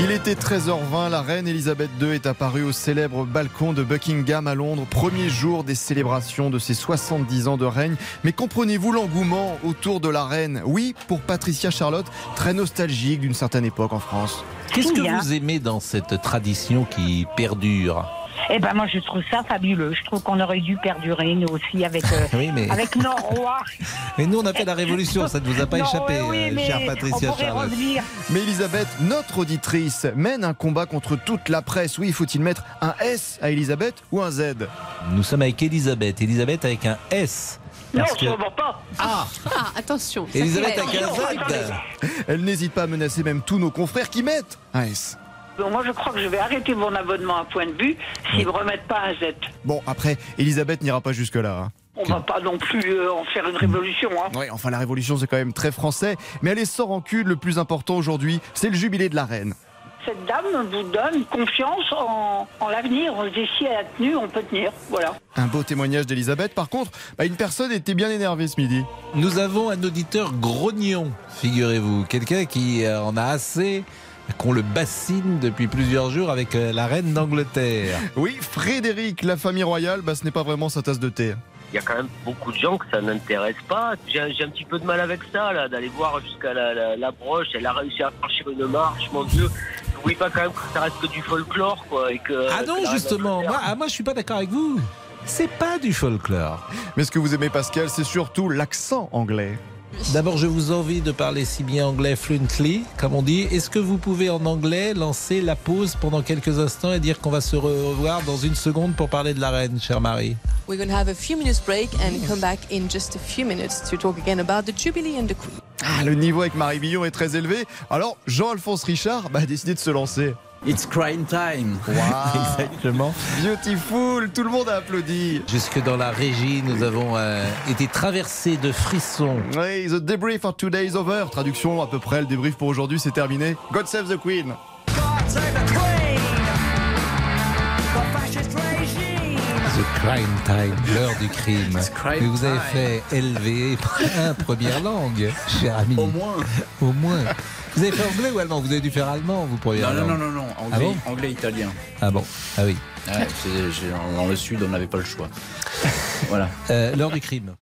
Il était 13h20, la reine Elisabeth II est apparue au célèbre balcon de Buckingham à Londres, premier jour des célébrations de ses 70 ans de règne. Mais comprenez-vous l'engouement autour de la reine Oui, pour Patricia Charlotte, très nostalgique d'une certaine époque en France. Qu'est-ce que Il y a. vous aimez dans cette tradition qui perdure Eh ben moi je trouve ça fabuleux. Je trouve qu'on aurait dû perdurer nous aussi avec euh, Ah Oui, mais, avec Norroy. mais nous, on a fait la révolution, ça ne vous a pas Non, échappé, oui, euh, mais chère Patricia on pourrait Charlotte. revenir. Mais Elisabeth, notre auditrice, mène un combat contre toute la presse. Oui, faut-il mettre un S à Elisabeth ou un Z Nous sommes avec Elisabeth, Elisabeth avec un S. Non, Parce que- sûrement pas. Ah, Ah, attention. ça Elisabeth fait- avec un Z. Elle n'hésite pas à menacer même tous nos confrères qui mettent un S. Bon, moi je crois que je vais arrêter mon abonnement à point de vue s'ils me remettent pas un Z. Bon, après, Elisabeth n'ira pas jusque-là. hein. On va pas non plus euh, en faire une révolution. Hein. Ouais, enfin la révolution c'est quand même très français, mais allez sans rancune, le plus important aujourd'hui, c'est le jubilé de la reine. Cette dame vous donne confiance en, en l'avenir. On se dit si elle a tenu, on peut tenir. Voilà. Un beau témoignage d'Elisabeth. Par contre, bah, une personne était bien énervée ce midi. Nous avons un auditeur grognon, figurez-vous. Quelqu'un qui euh, en a assez, qu'on le bassine depuis plusieurs jours avec euh, la reine d'Angleterre. Euh, Oui, Frédéric, la famille royale, bah, ce n'est pas vraiment sa tasse de thé. Il y a quand même beaucoup de gens que ça n'intéresse pas. J'ai un, j'ai un petit peu de mal avec ça, là, d'aller voir jusqu'à la, la- la broche. Elle a réussi à franchir une marche, mon Dieu. N'oubliez pas quand même que ça reste que du folklore, quoi. Et que, Ah que non, la reine justement, d'Angleterre- moi, ah, moi je suis pas d'accord avec vous. C'est pas du folklore. Mais ce que vous aimez, Pascal, c'est surtout l'accent anglais. D'abord, je vous envie de parler si bien anglais fluently, comme on dit. Est-ce que vous pouvez en anglais lancer la pause pendant quelques instants et dire qu'on va se re- revoir dans une seconde pour parler de la reine, chère Marie We're going to have a few minutes break and come back in just a few minutes to talk again about the Jubilee and the Queen. Ah, le niveau avec Marie Billon est très élevé. Alors, Jean-Alphonse Richard bah, a décidé de se lancer. It's crime time. Waouh, Exactement. beautiful, tout le monde a applaudi. Jusque dans la régie, nous avons euh, été traversés de frissons. Oui, the debrief for today is over. Traduction à peu près, le débrief pour aujourd'hui, c'est terminé. God save the Queen. The crime time, l'heure du crime. It's crime Mais vous avez time. fait LV, un première langue, cher ami. Au moins. Au moins. Vous avez fait anglais ou allemand Vous avez dû faire allemand, vous pourriez. Non, non, non, non, non. Anglais, Ah bon anglais italien. Ah bon Ah oui. Ouais, c'est- j'ai- dans le sud, on n'avait pas le choix. Voilà. Euh, l'heure du crime.